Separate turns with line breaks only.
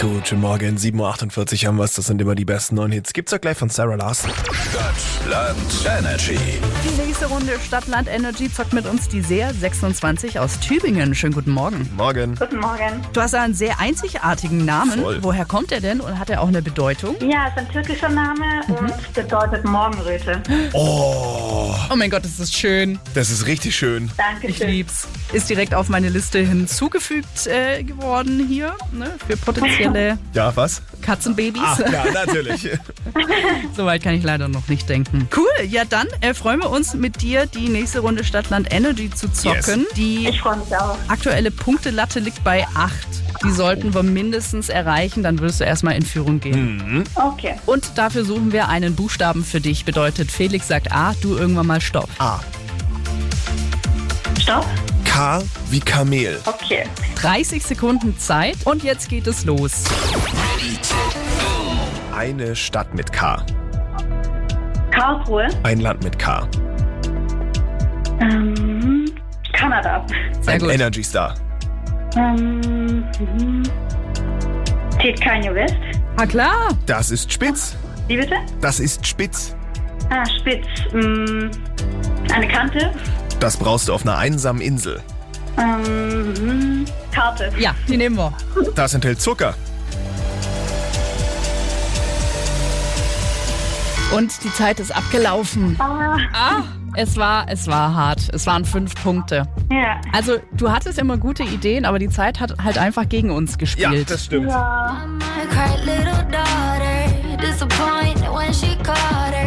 Guten Morgen, 7.48 Uhr haben wir es. Das sind immer die besten neuen Hits. Gibt's auch gleich von Sarah Larson.
Stadtland Energy.
Die nächste Runde Stadtland Energy zockt mit uns die SER 26 aus Tübingen. Schönen guten Morgen.
Morgen.
Guten Morgen.
Du hast einen sehr einzigartigen Namen.
Voll.
Woher kommt er denn und hat er auch eine Bedeutung?
Ja, ist ein türkischer Name
Mhm.
und bedeutet Morgenröte.
Oh,
Oh mein Gott, ist das schön.
das ist richtig schön.
Ich
Dankeschön.
lieb's. Ist direkt auf meine Liste hinzugefügt äh, geworden hier ne, für potenzielle
Ja, was?
Katzenbabys.
Ah, ja, natürlich.
Soweit kann ich leider noch nicht denken. Cool, ja dann äh, freuen wir uns mit dir, die nächste Runde Stadtland Energy zu zocken. Die
Ich freue mich auch.
aktuelle Punktelatte liegt bei 8. Die sollten wir mindestens erreichen, dann würdest du erstmal in Führung
Hm.
gehen.
Okay.
Und dafür suchen wir einen Buchstaben für dich. Bedeutet, Felix sagt A, du irgendwann mal Stopp.
Stopp.
Ah, K wie Kamel.
Okay.
30 Sekunden Zeit und jetzt geht es los.
Eine Stadt mit K.
Karlsruhe.
Ein Land mit K.
Ähm, Kanada.
Sehr
Ein
gut.
Energy Star.
Ähm, mhm. zählt kein Jurist.
Ah klar,
Das ist spitz.
Wie bitte?
Das ist spitz.
Ah, Spitz. Ähm, eine Kante.
Das brauchst du auf einer einsamen Insel.
Ähm, mhm. Karte.
ja, die nehmen wir.
Das enthält Zucker.
Und die Zeit ist abgelaufen.
Ah,
Ah, es war, es war hart. Es waren fünf Punkte.
ja.
Also, du hattest immer gute Ideen, aber die Zeit hat halt einfach gegen uns
Ja,
gespielt.
das stimmt.
Ja.
My cry little daughter, disappointed when she caught her.